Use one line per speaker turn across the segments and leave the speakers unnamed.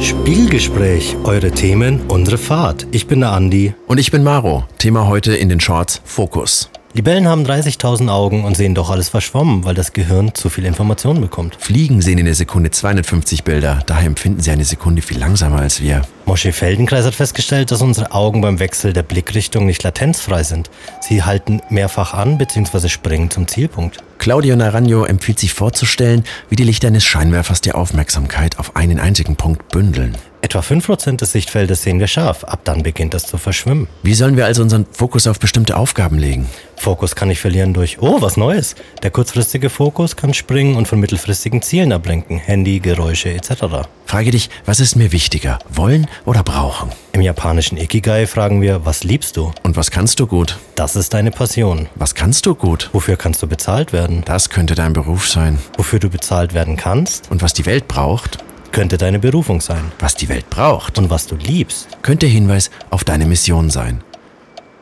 Spielgespräch, eure Themen, unsere Fahrt. Ich bin der Andi.
Und ich bin Maro. Thema heute in den Shorts Fokus.
Libellen haben 30.000 Augen und sehen doch alles verschwommen, weil das Gehirn zu viel Information bekommt.
Fliegen sehen in der Sekunde 250 Bilder, daher empfinden sie eine Sekunde viel langsamer als wir.
Mosche Feldenkreis hat festgestellt, dass unsere Augen beim Wechsel der Blickrichtung nicht latenzfrei sind. Sie halten mehrfach an bzw. springen zum Zielpunkt.
Claudio Naranjo empfiehlt sich vorzustellen, wie die Lichter eines Scheinwerfers die Aufmerksamkeit auf einen einzigen Punkt bündeln.
Etwa 5% des Sichtfeldes sehen wir scharf, ab dann beginnt das zu verschwimmen.
Wie sollen wir also unseren Fokus auf bestimmte Aufgaben legen?
Fokus kann ich verlieren durch, oh, was Neues. Der kurzfristige Fokus kann springen und von mittelfristigen Zielen ablenken, Handy, Geräusche etc.
Frage dich, was ist mir wichtiger, wollen oder brauchen?
Im japanischen Ikigai fragen wir, was liebst du?
Und was kannst du gut?
Das ist deine Passion.
Was kannst du gut?
Wofür kannst du bezahlt werden?
Das könnte dein Beruf sein.
Wofür du bezahlt werden kannst,
Und was die Welt braucht,
könnte deine Berufung sein.
was die Welt braucht,
Und was du liebst,
könnte Hinweis auf deine Mission sein.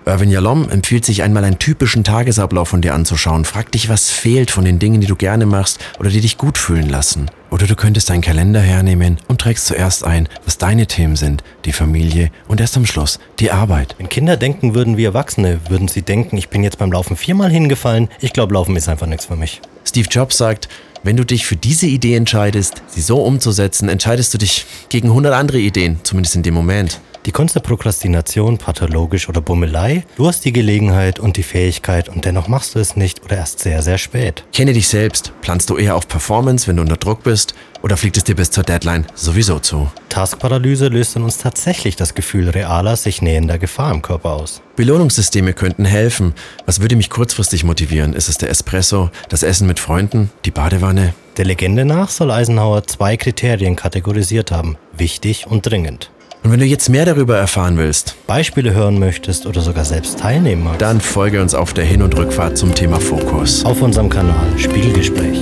Irvin Yalom empfiehlt sich einmal einen typischen Tagesablauf von dir anzuschauen. Frag dich, was fehlt von den Dingen, die du gerne machst oder die dich gut fühlen lassen. Oder du könntest deinen Kalender hernehmen und trägst zuerst ein, was deine Themen sind, die Familie und erst am Schluss die Arbeit.
Wenn Kinder denken würden wie Erwachsene, würden sie denken, ich bin jetzt beim Laufen viermal hingefallen. Ich glaube, Laufen ist einfach nichts für mich.
Steve Jobs sagt, wenn du dich für diese Idee entscheidest, sie so umzusetzen, entscheidest du dich gegen 100 andere Ideen, zumindest in dem Moment.
Die Kunst der Prokrastination, pathologisch oder Bummelei, du hast die Gelegenheit und die Fähigkeit und dennoch machst du es nicht oder erst sehr, sehr spät.
Kenne dich selbst. Planst du eher auf Performance, wenn du unter Druck bist? Oder fliegt es dir bis zur Deadline sowieso zu?
Taskparalyse löst in uns tatsächlich das Gefühl realer, sich nähender Gefahr im Körper aus.
Belohnungssysteme könnten helfen. Was würde mich kurzfristig motivieren? Ist es der Espresso, das Essen mit Freunden, die Badewanne?
Der Legende nach soll Eisenhower zwei Kriterien kategorisiert haben, wichtig und dringend.
Und wenn du jetzt mehr darüber erfahren willst,
Beispiele hören möchtest oder sogar selbst teilnehmen magst,
dann folge uns auf der Hin- und Rückfahrt zum Thema Fokus.
auf unserem Kanal Spiegelgespräch.